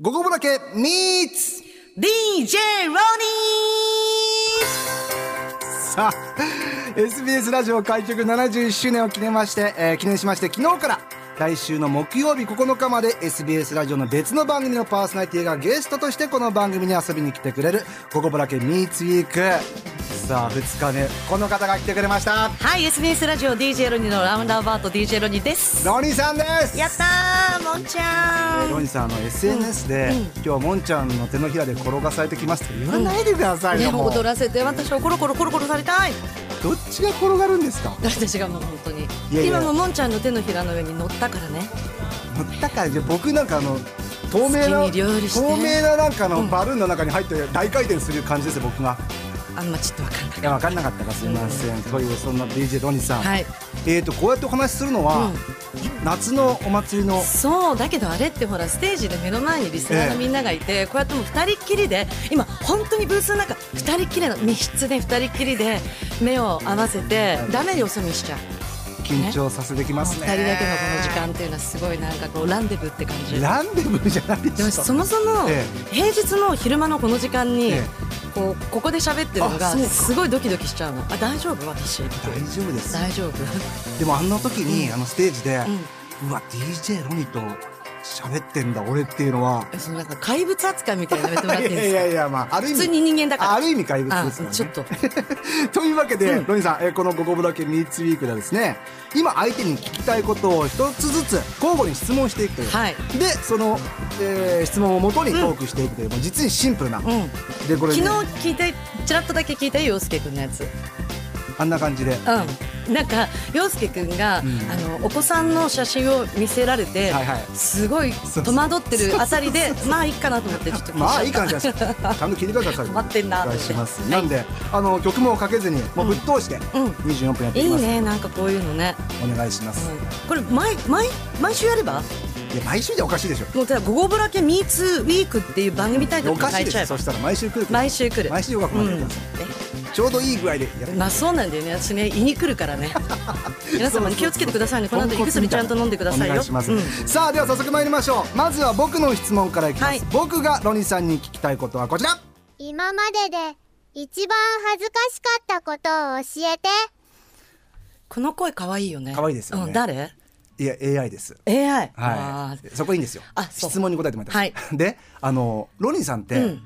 午後ぼらけミーツ DJ ロニさあ SBS ラジオ開局71周年を記念まして、えー記念しまして昨日から来週の木曜日9日まで SBS ラジオの別の番組のパーソナリティがゲストとしてこの番組に遊びに来てくれる「ここぼらけミーツウィーク」さあ2日目この方が来てくれましたーはい SBS ラジオ DJ ロニーのラウンダーバート DJ ロニーですロニーさんですやったーもんちゃロんニーさんあの SNS で、今日もんちゃんの手のひらで転がされてきますって言わないでくださいねよ、ももうう踊らせて私はコロコロコロコロされたいどっちが転がるんですか私がもう本当にいやいや今ももんちゃんの手のひらの上に乗ったからねだからじゃあ僕なんかあの透明な好きに料理して透明ななんかのバルーンの中に入って大回転する感じですよ僕があんまちょっとわかんないいや分かんなかったかすいません、というそんな DJ ロニーさん、はいえー、とこうやってお話しするのは、夏のお祭りのそうだけどあれってほらステージで目の前にリスナーのみんながいて、こうやってもう2人っきりで今本当にブースの中2人っきりの密室で2人っきりで目を合わせてダメよそ見しちゃう緊張させてきま2す人ねだけのこの時間っていうのはすごいなんかこうランデブーって感じランデブーじゃないででもすかそもそもえ平日の昼間のこの時間にええこうここで喋ってるのあがそうかすごいドキドキしちゃうのあ大丈夫私大丈夫です大丈夫 でもあの時に、あのステージで、うわ DJ ロニーと喋ってんだ俺っていうのはえそのなんか怪物扱いみたいなのやめいてもらやっていいいですかやいやまあある意味普通に人間だからある意味怪物あですから、ね、ちょっと というわけで、ロニーさん、えーこの「ゴゴブラケミーツウィーク」ではですね今相手に聞きたいことを一つずつ交互に質問していくという、はいでその、えー質問をもとにトークしていくという、もう実にシンプルな、うんでこれ、ね、昨日聞いてちらっとだけ聞いたよ陽介君のやつあんな感じで、うんなんか陽介君が、んあのお子さんの写真を見せられて、はいはいすごいそう戸惑ってるあたりでまあいいかなと思ってちょっと聞いちゃったまあいい感じですちゃん と聞いてください待ってんなお願いします、はいなんであの曲もかけずにもうぶっ通してうん24分やっていいきいます、ねなんかこういうのね、お願いします、うんこれ毎毎毎週やればいや毎週じゃおかしいでしょもうただ「ゴゴブラケ MeToo ウィーク」っていう番組タイトおルかし変いえでちしゃょえばそしたら毎週来るから毎週来る毎週はここまでください、ちょうどいい具合でやるまあそうなんだよね私ね胃に来るから ね皆様に気をつけてくださいねこの後胃薬ちゃんと飲んでくださいよお願いします、うんさあでは早速参りましょうまずは僕の質問からいきます、はい僕がロニさんに聞きたいことはこちら今までで一番恥ずかしかったことを教えて。この声可愛いよね可愛いですよねうん誰いや AI です AI、はあいーそこいいんですよあそう質問に答えてもらいたいです、はであのロニさんって、うんやっ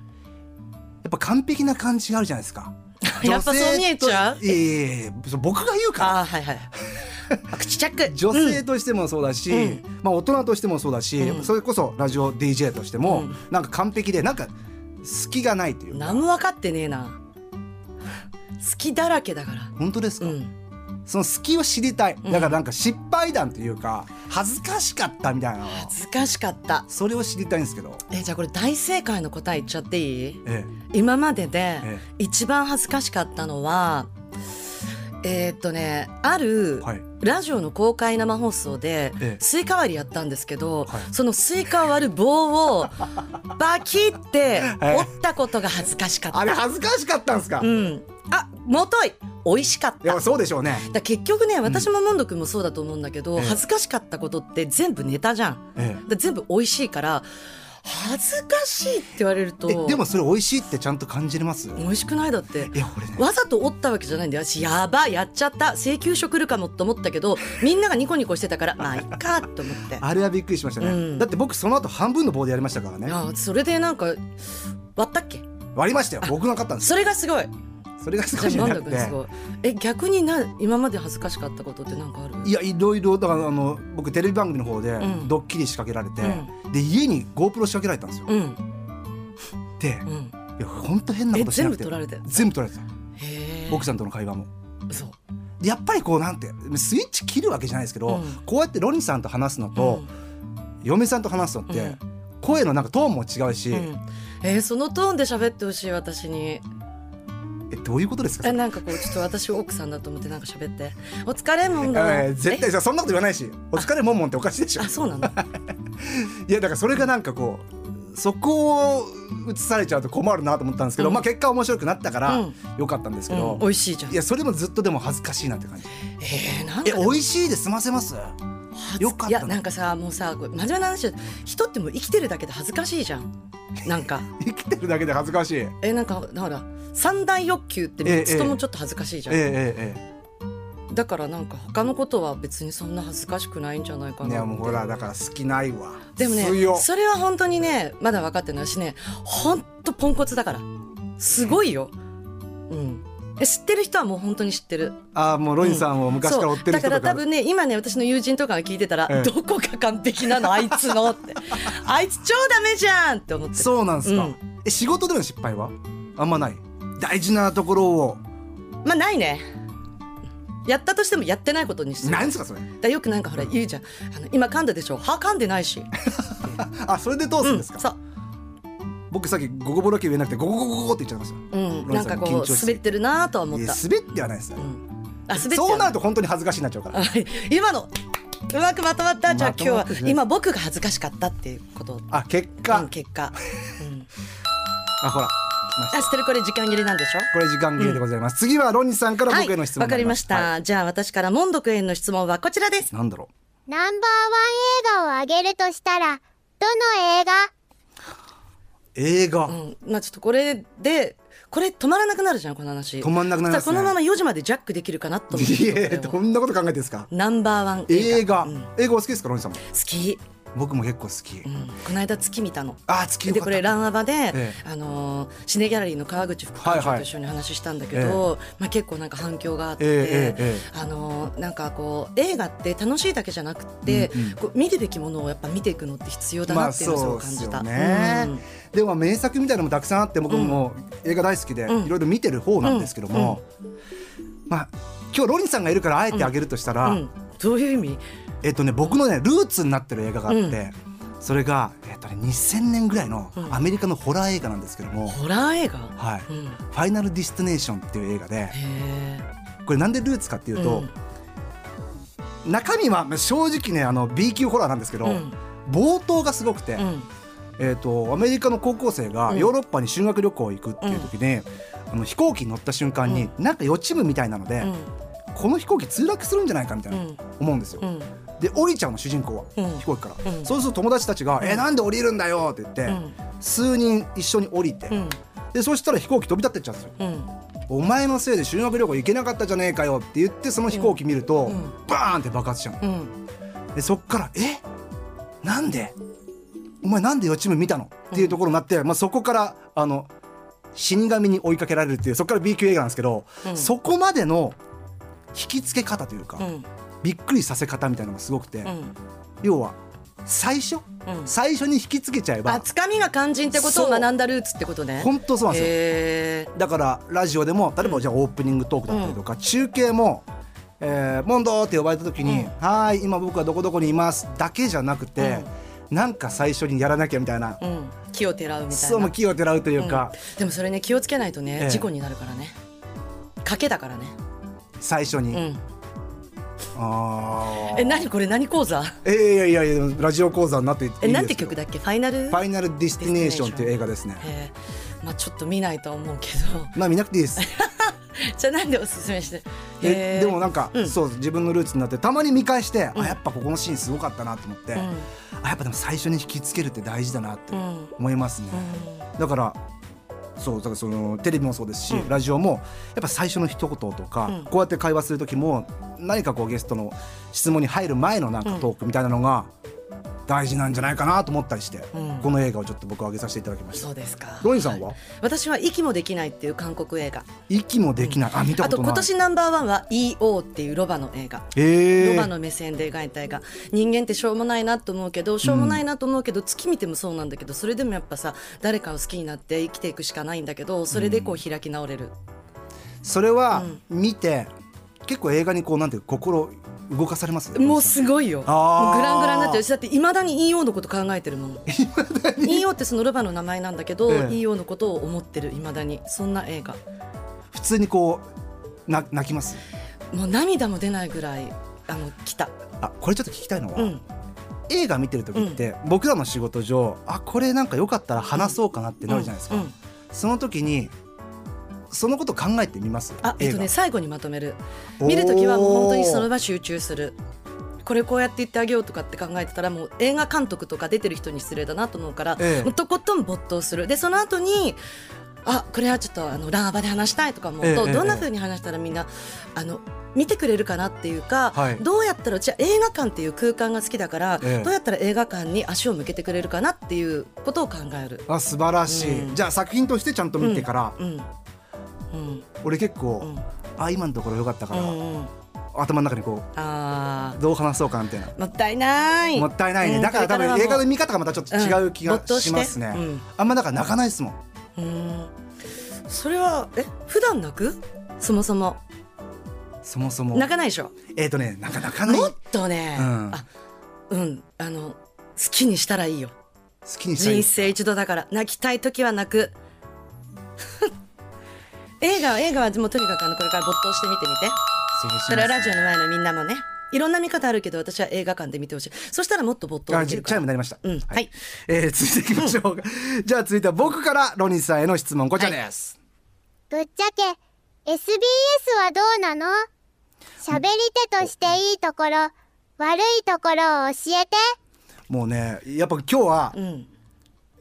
ぱ完璧な感じがあるじゃないですか やっぱそう見えちゃう女性といやいやいやそう僕が言うからあーは いはいあ口ちっちゃく女性としてもそうだし、まあ、大人としてもそうだし、それこそラジオ DJ としても、なんか完璧でなんか隙がないというか何も分かってねえな好きだらけだから本当ですか、うんその隙を知りたいだからなんか失敗談というか恥ずかしかったみたいなの恥ずかしかったそれを知りたいんですけど、えじゃあこれ大正解の答え言っちゃっていいえ今まででえ一番恥ずかしかったのはえーっとねあるはいラジオの公開生放送でええスイカ割りやったんですけど、はいそのスイカを割る棒 をバキって折ったことが恥ずかしかっえ、た、あれ恥ずかしかったんですか、ういん、あもとい美味しかったやそうでしょうね、だから結局ね私もモンド君もそうだと思うんだけど、ええ恥ずかしかったことって全部ネタじゃん、えだから全部美味しいから恥ずかしいって言われるとえ、えでもそれ美味しいってちゃんと感じれます美い味しくないだってや俺ねわざと折ったわけじゃないんだよ私やばいやっちゃった請求書来るかもと思ったけどみんながニコニコしてたからまあいっかと思ってああれはびっくりしましたね、うんだって僕その後半分の棒でやりましたからねそれでなんか割ったっけ割りましたよ僕なかったんですそれがすごいそれがすごいじじゃゃあななんくだてかすごいえ逆にな今まで恥ずかしかったことってなんかあるいやいろいろだからあの僕テレビ番組の方でうんドッキリ仕掛けられて、で家に GoPro 仕掛けられたんですよ、うんでうんいや本当変なことしなくてえ全部撮られた全部撮られてたへえ奥さんとの会話もそうでやっぱりこうなんてスイッチ切るわけじゃないですけど、うんこうやってロニさんと話すのと、嫁さんと話すのって、うん声のなんかトーンも違うし、うんえーそのトーンで喋ってほしい私にえどういうことですかえなんかこうちょっと私を奥さんだと思ってなんか喋って「お疲れもんだえー絶対さそんなこと言わないしお疲れもんもんっておかしいでしょあそうなのいやだからそれがなんかこうそこを映されちゃうと困るなと思ったんですけど、うんまあ結果面白くなったからうんよかったんですけうど、ん美味しいじゃんいやそれもずっとでも恥ずかしいなって感じえーなんえだ美味しいで済ませます恥ずよかっいたやねなんかさもうさこれ真面目な話だ人ってもう生きてるだけで恥ずかしいじゃんなんか生きてるだけで恥ずかしいええなんかほら三大欲求って3つともちょっと恥ずかしいじゃん、ええだからなんか他のことは別にそんな恥ずかしくないんじゃないかえなねもうほらだから好きないわでもね強それは本当にねまだ分かってないしねほんとポンコツだからすごいようんえ知ってる人はもう本当に知ってるああもうロイさんを昔から追ってる人そうだとからか多分ね今ね私の友人とかが聞いてたら、ええどこが完璧なのあいつ のってあいつ超ダメじゃんって思ってるそうなんですか、うんえ仕事での失敗はあんまない大事なところをまあないねやったとしてもやってないことにする何ですかそれだからよくなんかほら言うじゃんあの今噛んだでしょ歯噛んでないしあ それで通すんですか、そう僕さっきゴゴボロキ言えなくてゴゴゴゴゴゴって言っちゃいましうん、ロイなさんんか緊こ張うして滑ってるなとは思たいっやた。滑ってはないですよ、うん、あ滑ってそうなはると本当に恥ずかしになっちゃうからない今のうまくまとまったじゃあまと今日まっはてね今僕が恥ずかしかったっていうことあ結う果ん結果、うん、あほら来ましたあ知ってるこれ時間切れなんでしょこれ時間切れでございます、次はロニさんからはい僕への質問わかりました、はいじゃあ私からモンドクへの質問はこちらですなんだろナンバーワン映画をあげるとしたらどの映画う映画、うんまあちょっとこれでこれ止まらなくなるじゃんこの話止まんなくなりますねそしたらこのまま4時までジャックできるかなと思っていえどんなこと考えてるんですかナンバーワン映画、うん好映画お好きですかロニさんもき、僕も結構好き、うん、この間月見たのあ月よかでったこれランアバで、えあのーシネギャラリーの川口副会長と一緒に話したんだけど、はいはまあ、結構なんか反響があって、えええええあのーなんかこう映画って楽しいだけじゃなくて、うんうんこう見るべきものをやっぱ見ていくのって必要だまなあっていうのをすそごうくで感すじた。よね、うんでも名作みたいなのもたくさんあって僕も映画大好きでうんいろいろ見てる方なんですけども、まあ今日ロニさんがいるからあえてあげるとしたら、うんどういう意味えっとね僕のねルーツになってる映画があって、それが、えっとね、2000年ぐらいのうんアメリカのホラー映画なんですけども、ホラー映画、はいうん、へファイナルディスティネーションっていう映画でえこれなんでルーツかっていうと、中身はまあ正直ねあの B 級ホラーなんですけど、うん冒頭がすごくて、うんえー、とアメリカの高校生がうんヨーロッパに修学旅行行くっていう時に、あの飛行機に乗った瞬間に、なんか予知夢みたいなので、うんこの飛行機墜落するんじゃないかみたいな、うん思うんですよ。うんで降りちゃうの主人公は、うん飛行機から、うんそうすると友達たちが「んえなんで降りるんだよ」って言って、うん数人一緒に降りて、うんでそしたら飛行機飛び立ってっちゃうんですよ。うんお前のせいで修学旅行行けなかったじゃねえかよって言ってその飛行機見ると、うんうんバーンって爆発しちゃうのうんでそっから「えなんでお前なんで予知夢見たの?」っていうところになって、まあ、そこからあの死神に追いかけられるっていうそこから B 級映画なんですけど、うんそこまでの引きつけ方というか、うんびっくりさせ方みたいなのがすごくて、うん要は最初、うん最初に引きつけちゃえあばつかみが肝心ってことを学んだルーツってことね本当そうなんですよ。へえだからラジオでも例えばじゃあオープニングトークだったりとか、中継も、えー「モンド!」って呼ばれた時に「うんはーい今僕はどこどこにいます」だけじゃなくて、なんか最初にやらなきゃみたいな、うん、気をてらうみたいなそうも気をてらうというか、うんでもそれね気をつけないとね、ええ事故になるからね賭けだからね、最初に、うん、あえー何これ何講座えいやいやいやでもラジオ講座になっていいですえよなんて曲だっけファイナルファイナルディスティネーション」っていう映画ですねえーまあちょっと見ないとは思うけど まあ見なくていいですじゃあなんでおすすめしてえへーでもなんか、うんそう自分のルーツになってたまに見返して、うんあやっぱここのシーンすごかったなと思って、うんあやっぱでも最初に引きつけるって大事だなってうん思いますね、うだからそうだからそのテレビもそうですし、うんラジオもやっぱ最初の一言とか、うんこうやって会話する時も何かこうゲストの質問に入る前のなんかトークみたいなのが大事なんじゃないかなと思ったりして、うんこの映画をちょっと僕は挙げさせていただきましたそうですかロニーさんはい私は息もできないっていう韓国映画息もできない、あ見たあこととない今年ナンバーワンは EO っていうロバの映画えロー、バの目線で描いた映画人間ってしょうもないなと思うけどしょうもないなと思うけど月見てもそうなんだけどそれでもやっぱさ誰かを好きになって生きていくしかないんだけどそれでこう開き直れる、それは見て、結構映画にこうなんていうか心動かされますもうすすごいよもうグあーラングランになっちゃうしだっていまだに EO のこと考えてるもん EO ってそのロバの名前なんだけど、ええ EO のことを思ってるいまだにそんな映画普通にこうな泣きますもう涙も出ないぐらいあの来たあこれちょっと聞きたいのは、うん映画見てる時って、僕らの仕事上あこれなんかよかったら話そうかなってなるじゃないですか、うんうんその時にそのこと考えてみますあえっとね映最後にまとめる画見るときはもう本当にそおのー場集中するこれこうやって言ってあげようとかって考えてたらもう映画監督とか出てる人に失礼だなと思うから、ええもうとことん没頭するでその後にあこれはちょっとあのラーバで話したいとか思うと、ええどんな風に話したらみんなあの見てくれるかなっていうか、はいどうやったらうちは映画館っていう空間が好きだから、ええどうやったら映画館に足を向けてくれるかなっていうことを考える。あ素晴らしい、うんじゃあ作品としてちゃんと見てから、うんうん俺結構、うんあ今のところ良かったうから、んうん、頭の中にこあうどう話そうかみたいなーもったいないもったいないね、うんだから多これ分ら映はも画うの見方がまたちょっと違う気うんが没頭してしますね、うんあんまだから泣かないですもんうんそれはえ普段泣くそもそもそもそも泣かないでしょえっ、とねなかなかないも好っとね、うんあうんあの好きにしたらいいよきにしたい人生一度だから泣きたい時は泣く 映画は映画はもうとにかくあのこれから没頭して見てみてそうしそれはまラジオの前のみんなもねいろんな見方あるけど私は映画館で見てほしいそしたらもっと没頭すあできじるチかャイムらになりました、うんはいえー続いていきましょうか、 じゃあ続いては僕からロニーさんへの質問こちらです、ぶっちゃけ SBS はどうなの喋り手としていいところ悪いところを教えてもうねやっぱ今日はうん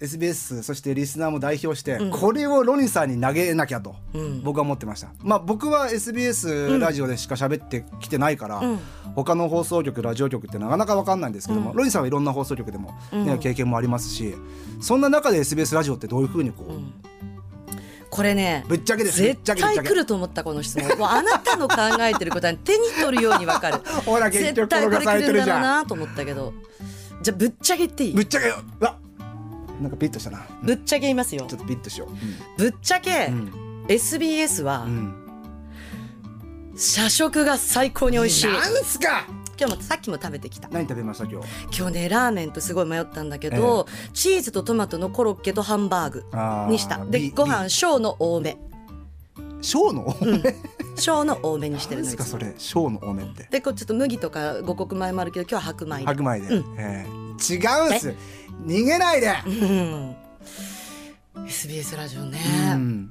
SBS そしてリスナーも代表して、これをロニーさんに投げなきゃと、僕は思ってましたまあ僕は SBS ラジオでしか喋ってきてないから、他の放送局ラジオ局ってなかなか分かんないんですけども、ロニーさんはいろんな放送局でも、ね経験もありますしそんな中で SBS ラジオってどういうふうにこう、これねぶっちゃけですぶっ絶ちゃけ対ぶっちゃけ来ると思ったこの質 問もうあなたの考えてることは手に取るようにわかるほら結絶局対これ転がされ来てるるんだじろゃうんなと思ったけどじゃあぶっちゃけ言っていいぶっちゃけようわなんかピッとしたなぶっちゃけ言いますよちょっとピッとしよう、ぶっちゃけ、うん SBS はうん社食が最高に美味しいなんすか今日もさっきも食べてきた何食べました今日今日ねラーメンとすごい迷ったんだけど、チーズとトマトのコロッケとハンバーグあーにしたで B- ご飯小の多めショーの多め、小の多めにして何るのすいかつそもれショーの多めってでこうちょっと麦とか五穀米もあるけど今日は白米で白米で、うえー違うんす逃げないで、うん、SBS ラジオね、うん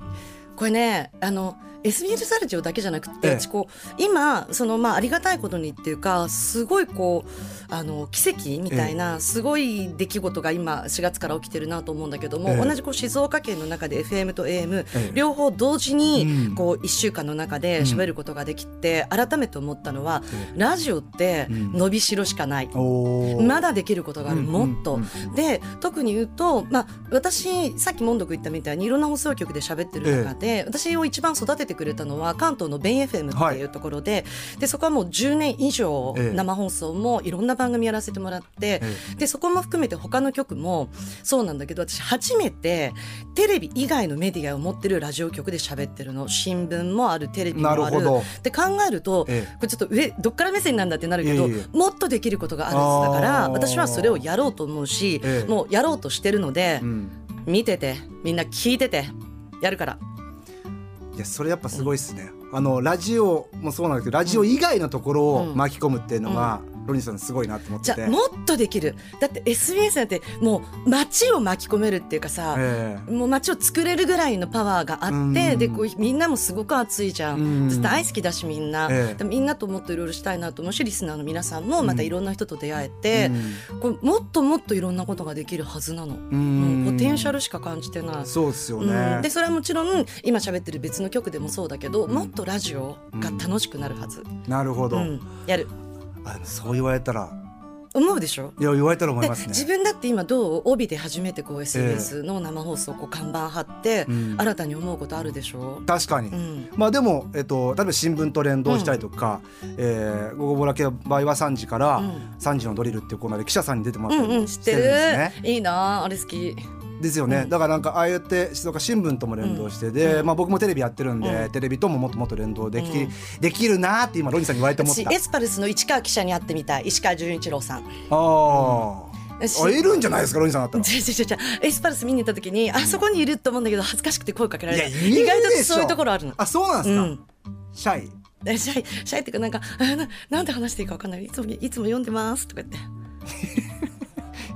これねあの SBS ラジオだけじゃなくて、ええうちこう今その、まあ、ありがたいことにっていうかすごいこうあの奇跡みたいな、すごい出来事が今4月から起きてるなと思うんだけども、ええ同じこう静岡県の中で FM と AM、え両方同時に、うんこう1週間の中で喋ることができて、改めて思ったのは、えラジオってうん伸びしろしかない。おーまだできることがある、うんもっと、うんうんうんで特に言うと、まあ、私さっきモンドク言ったみたいにいろんな放送局で喋ってる中で、私を一番育ててくれたのは関東のベン FM はっいていうところで,、でそこはもう10年以上ええ生放送もいろんな番組やらせてもらって、えでそこも含めて他の局もそうなんだけど私初めてテレビ以外のメディアを持ってるラジオ局で喋ってるの新聞もあるテレビもあるなるほどって考えると、ええこれちょっと上どっから目線なんだってなるけどいえいえもっとできることがあるはずだかあらー私はそれをやろうと思うし、ええもうやろうとしてるので、うん見ててみんな聞いててやるからいやそれやっぱすごいっすね、あのラジオもそうなんだけどラジオ以外のところを巻き込むっていうのが、ロニーさんすごいなと思ってじゃてあもっとできるだって SBS なんてもう街を巻き込めるっていうかさ、ええもう街を作れるぐらいのパワーがあって、うんでこうみんなもすごく熱いじゃん、うん私大好きだしみんな、ええだからみんなともっといろいろしたいなと思うしリスナーの皆さんもまたいろんな人と出会えて、こうもっともっといろんなことができるはずなの、ううんんポテンシャルしか感じてない。そうっすよね、うんでそれはもちろん今喋ってる別の曲でもそうだけど、もっとラジオが楽しくなるはず、なるほうど、んやるあのそう言われたら思うでしょいや言われたら思いでますね 自分だって今どう帯で初めてこう SBS の生放送こう看板貼って、うん新たに思うことあるでしょ、確かに、うん、まあでも、えっと、例えば新聞と連動したりとか「えー午後ぼらけ」場合は3時からうん3時のドリルっていうコーナーで記者さんに出てもらうったんりうんも知しっててるるんですね。いいなああれ好きですよね、だからなんかああやって静岡新聞とも連動して、で、まあ、僕もテレビやってるんで、テレビとももっともっと連動でき,、できるなーって今ロニーさんに言われて思っ私た。エスパルスの市川記者に会ってみたい石川純一郎さん違あ私ーあいるんじゃないですかロニーさんだったら。う違う違うエスパルス見に行った時にあそこにいると思うんだけど恥ずかしくて声かけられたいやいるでしょ意外とそういうところあるのあそうなんですうか、んシャイえシャイシャイっていうかなんかあななんて話していいかわかんないいつもいつも読んでますとか言って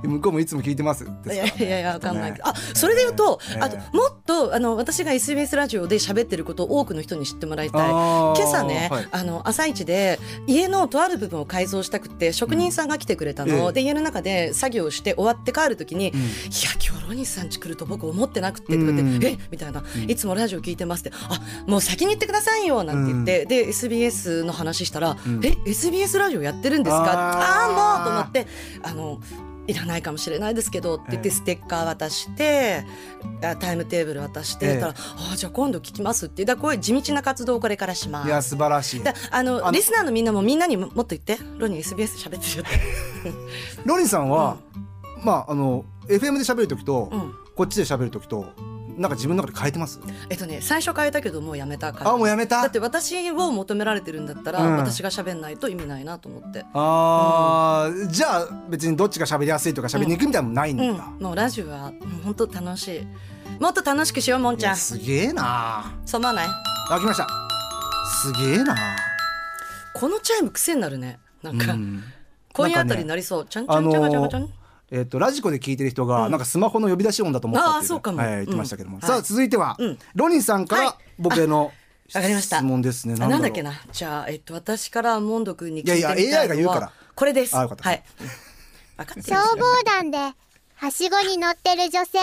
向こうもいつも聞いてますですからいねやいやいや、わかんないけど。あ、それで言うと、ええあと、もっと、あの、私が SBS ラジオで喋ってることを多くの人に知ってもらいたい。あー今朝ね、はいあの、朝一で、家のとある部分を改造したくて、職人さんが来てくれたの。ええで、家の中で作業して終わって帰るときに、うんいや、今日ロニーさんち来ると僕思ってなくて、とか言って、うんえみたいな、いつもラジオ聞いてますって、あ、もう先に行ってくださいよ、なんて言って、で、SBS の話したら、うんえ、SBS ラジオやってるんですかあーああー、もうと思って、であのいらないかもしれないですけどって言っええてステッカー渡して、あタイムテーブル渡して、ええたらああじゃあ今度聞きますってだからこういう地道な活動をこれからしまいやす。素晴らしいだあのあのリスナーのみんなもみんなにももっと言ってロニー SBS 喋ってるよって ロリさんは、まああの FM で喋る時と、うんこっちで喋る時となんか自分の中で変えてますえっとね最初変えたけどもうやめたからあもうやめただって私を求められてるんだったら、うん私が喋んないと意味ないなと思ってあー、じゃあ別にどっちが喋りやすいとか喋りにくいみたいなのもないんだ、うんもうラジオは本当楽しいもっと楽しくしようもんいちゃやんすげえなそう思わないあ来ましたすげえなこのチャイム癖になるねなんか、うん今夜あたりになりそう。ちゃんちゃあんのちゃんちゃんちゃん。えっとラジコで聞いてる人が、なんかスマホの呼び出し音だと思ったっていあーそうかもはい、言ってましたけども、うんさはあい続いては、うんロニーさんかはいら僕へのわかりました。質問ですね、あなんだっけろうな。じゃあ、えっと、私からアーモンド君に聞いていみやたいいやのは AI が言うからこれです。あよかったはい。分かってるんです消よ防団ではしごに乗ってる女性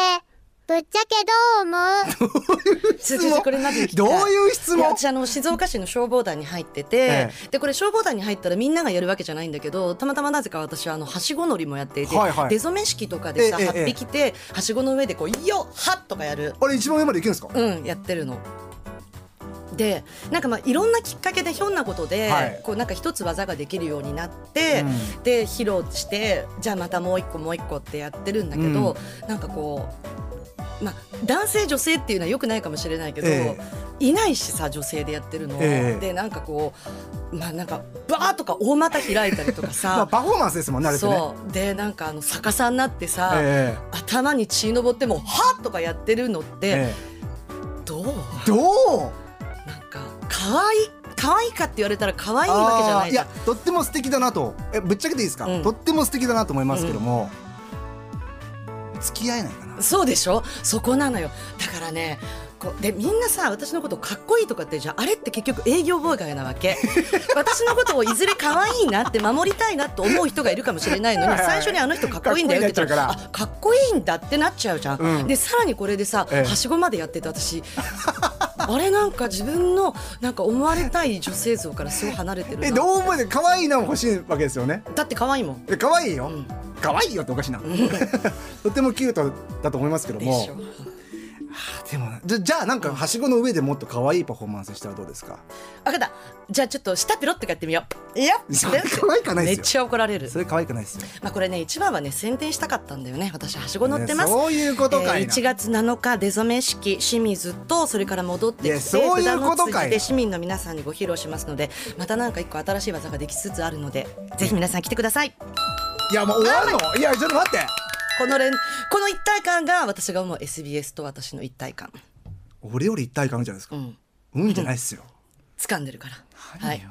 ぶっちゃけどう思う ちょちょちょこれまず聞きたどういう質問や私あの静岡市の消防団に入ってて、えでこれ消防団に入ったらみんながやるわけじゃないんだけどたまたまなぜか私はあのはしご乗りもやっていて、はいはい出初め式とかでさ、ええええ8匹ではしごの上でこう「よっはっ!」とかやるあれ一番上まで行けるんですか、うん、やってるの。でなんかまあいろんなきっかけでひょんなことで、はいこうなんか一つ技ができるようになって、うんで披露してじゃあまたもう一個もう一個ってやってるんだけど、なんかこう、まあ、男性女性っていうのはよくないかもしれないけど、えいないしさ女性でやってるの、ええでなんかこうまあなんかバーッとか大股開いたりと まかあ、さ、パフォーマンスですもんねあれってねそうでなんかあの逆さになってさ、え頭に血のぼっても「はっ!」とかやってるのっえて、えどうえどうなんか可愛い可愛いかって言われたら可愛いわけじゃあないーじゃやんとっても素敵だなとえぶっちゃけていいですか、うんとっても素敵だなと思いますけども、付き合えないかなそうでしょそこなのよだからねこうでみんなさ私のことかっこいいとかってじゃああれって結局営業妨害な わけ私のことをいずれ可愛いなって守りたいなと思う人がいるかもしれないのはにいはい最初にあの人かっこいいんだよって言ったらかっこいいになっあかっこいいんだってなっちゃうじゃん、うんでさらにこれでさ、ええはしごまでやって て私あれなんか自分のなんか思われたい女性像からすごい離れてるなえどう思えて可愛いなも欲しいわけですよねだって可愛いもんで可愛いよ、ん可愛いよっておかしいな とってもキュートだと思いますけどでもしょでもなじゃじゃあなんかはしごの上でもっと可愛いパフォーマンスしたらどう ですか分かったじゃあちょっと舌ペロってやってみよういやそれ可愛くないですよめっちゃ怒られるそれ可愛くないですよまあこれね一番はね宣伝したかったんだよね私はしご乗ってまねす、そういうことかいなえー1月7日出初め式清水とそれから戻ってきいてやそういうことかいな札のつじで市民の皆さんにご披露しますのでまたなんか一個新しい技ができつつあるのでぜひ皆さん来てくださいいやもう終わるのいやちょっと待ってこの連この一体感が私が思う SBS と私の一体感俺より一体感あるじゃないですか、うんうんじゃないっすよ掴んでるからはい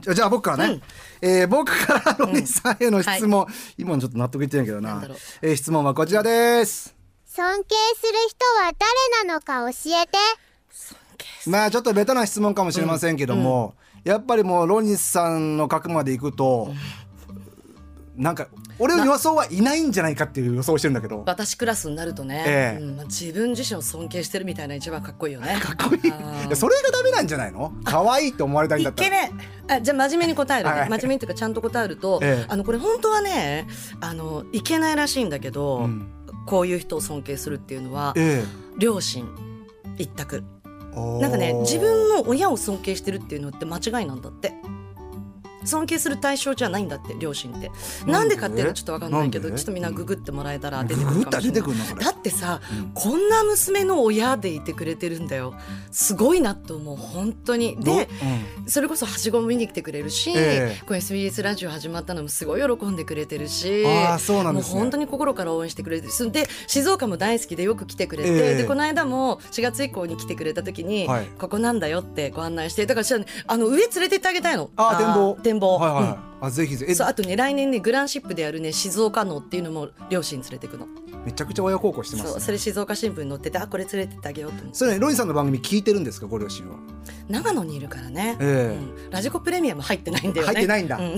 じゃじゃあ僕からね、えー僕からロニーさんへの質問、今のちょっと納得いってないけどなんなだろうえー質問はこちらです尊敬する人は誰なのか教えてまあちょっとベタな質問かもしれませんけども、やっぱりもうロニーさんの角まで行くと、なんか俺の予想はいないんじゃないかっていう予想をしてるんだけど、私クラスになるとね、ええうんまあ自分自身を尊敬してるみたいな一番かっこいいよねかっこいいいやそれがダメなんじゃないの可愛いって思われたいんだいったけらねえあじゃあ真面目に答えるね、はい真面目にっていうかちゃんと答えると、ええあのこれ本当はねあのいけないらしいんだけど、うんこういう人を尊敬するっていうのはえ両親一択えおーなんかね自分の親を尊敬してるっていうのって間違いなんだって尊敬する対象じゃないんだって両親ってなんでかっていうのはちょっとわかんないけどなんでちょっとみんなググってもらえたら出てグくグるっかたもらしれ出なていくるのこれだってさ、うんこんな娘の親でいてくれてるんだよすごいなと思う本当にどううんでそれこそはしごも見に来てくれるし、ええこの SBS ラジオ始まったのもすごい喜んでくれてるしあーそうなんですねもう本当に心から応援してくれてるしで静岡も大好きでよく来てくれて、ええでこの間も4月以降に来てくれた時に、はいここなんだよってご案内してだから私はねあの上連れてってあげたいのあー展望ー展望、はいはい、うんあぜひぜひえそうあとね来年ねグランシップでやるね静岡能っていうのも両親連れてくの、めちゃくちゃ親孝行してます、そね、うそれ静岡新聞に載っててあこれ連れてってあげようと思ってそれロイさんの番組聞いてるんですかご両親は長野にいるからね、ええうんラジコプレミアム入ってないんだよね入ってないんだう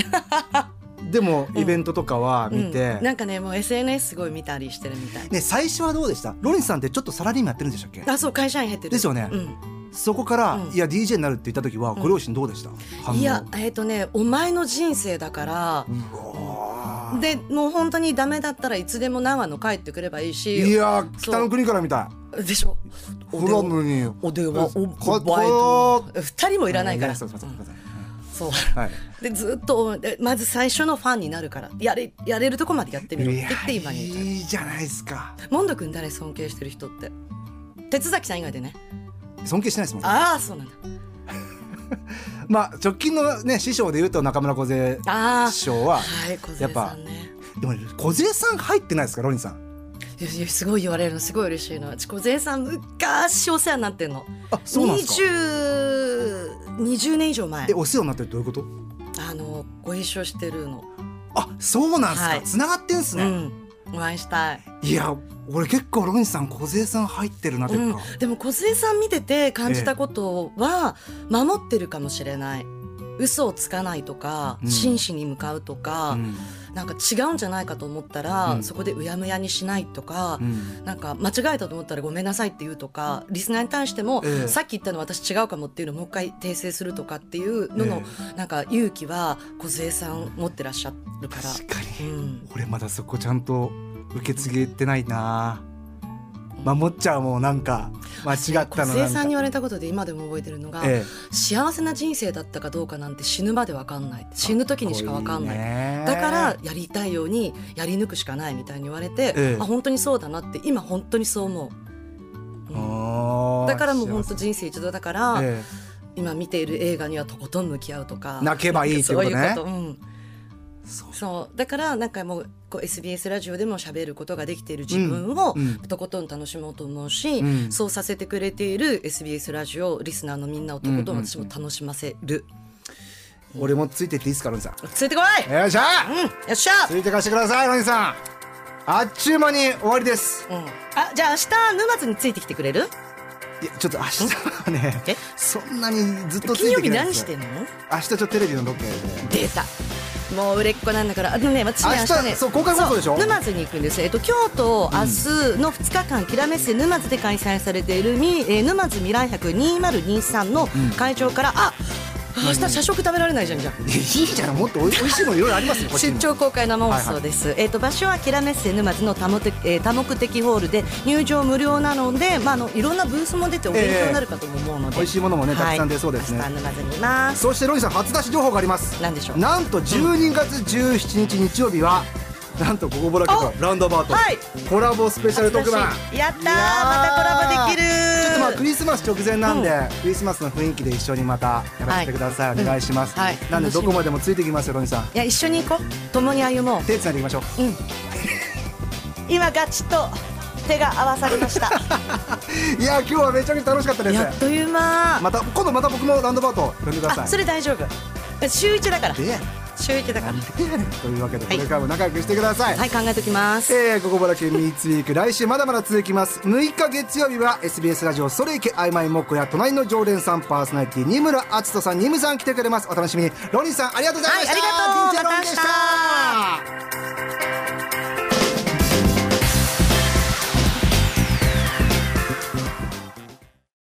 でもイベントとかは見て、うんなんかねもう SNS すごい見たりしてるみたいね最初はどうでしたロイさんってちょっとサラリーマンやってるんでしたっけあそう会社員減ってるですよねうんそこから、うんいや DJ になるって言った時はご両親どうでした、反応いやえっ、とねお前の人生だからう、わでもう本当にダメだったらいつでも長野帰ってくればいいーしいやーそう北の国からみたでしょいフラムにお電話おおかっこバイよト二人もいらないからやそうそうそうはそういでずっとえまず最初のファンになるからやれやれるとこまでやってみろっいて言ってや今に至るいいじゃないですかモンド君誰尊敬してる人って鉄崎さん以外でね尊敬してないですもんああそうなんだまあ直近のね師匠で言うと中村小勢ああ師匠ははい小杉さんねでも小勢さん入ってないですかロニーさんいやいやすごい言われるのすごい嬉しいのうち小杉さん昔お世話になってんのあそうなんですか 20, 20年以上前えお世話になってるってどういうことあのご一緒してるの、あそうなんですはかい繋がってんすねうんお会いしたい、いや俺結構ロニーさん小勢さん入ってるなとういうかん、でも小杉さん見てて感じたことは守ってるかもしれない嘘をつかないとか、うん真摯に向かうとか、うんなんか違うんじゃないかと思ったら、うんそこでうやむやにしないとかう、んなんか間違えたと思ったらごめんなさいって言うとかリスナーに対しても、ええさっき言ったの私違うかもっていうのをもう一回訂正するとかっていうののえ、なんか勇気は梢さん持ってらっしゃるから。確かうにん、俺まだそこちゃんと受け継げてないな守っちゃうもうなんか間違ったの梢なんさかんに言われたことで今でも覚えてるのが、ええ幸せな人生だったかどうかなんて死ぬまでわかんない死ぬ時にしかわかんないいだからやりたいようにやり抜くしかないみたいに言われて、ええあ本当にそうだなって今本当にそう思う、うんだからもう本当人生一度だから、え今見ている映画にはとことん向き合うとか泣けばいいってことねなんかそういうこと、うん、えそうそうだからなんかもうこう SBS ラジオでも喋ることができている自分をうんうんとことん楽しもうと思うし、うんそうさせてくれている SBS ラジオリスナーのみんなをとことうんうんうんん私も楽しませる、俺もついてっていいですかロニーさんついてこい、よっしゃうんよっしゃ、ついてかしてくださいロニーさんあっちゅう間に終わりですうん、あじゃあ明日沼津についてきてくれるいやちょっと明日はねえそんなにずっとつ金い曜て日きないんで何すしてよんの明日ちょっとテレビのロケで出たもう売れっ子なんだからあでもね私ね明日ねそう公開放送でしょそう沼津に行くんですえっと今日と明日の2日間きらめっせ沼津で開催されているみ、えー沼津未来博2023の会場から、あ明日社食食べられないじゃんじゃんいやいいじゃんもっとお い美味しいものいろいろありますよこっちに出も張公開生放送です、えっ、と場所はキラメッセ沼津の多目的、えー多目的ホールで入場無料なので、まあ、あのいろんなブースも出てお勉強になるかとも思うのええで、美味しいものもねはたくさん出そうですね明日沼津にいますそしてロニーさん初出し情報があります何でしょうなんと12月17日日曜日はなんと「ゴゴボラ」曲ラウンドアバート、はいコラボスペシャル特番やったーいやまたコラボできるちょっとまあクリスマス直前なんで、うクリスマスの雰囲気で一緒にまたやらせてください、はいお願いします、うんはいなんで楽しどみこまでもついてきますよロニーさんいや一緒に行こう共に歩もう手つないでいきましょう今ガチと手が合わされました いやー今日はめちゃくちゃ楽しかったですやっという間、また今度また僕もラウンドバート呼んでくださいあそれ大丈夫え週一だからで週一だからというわけでこはいれからも仲良くしてください、はい考えときますえー、ここばらけミーツウィーク来週まだまだ続きます6日月曜日は SBS ラジオそれいけあいまいもっこや隣の常連さんパーソナリティ二村篤人さんニムさん来てくれますお楽しみにロニーさんありがとうございました、はいあり銀ちゃがとうんロニーでした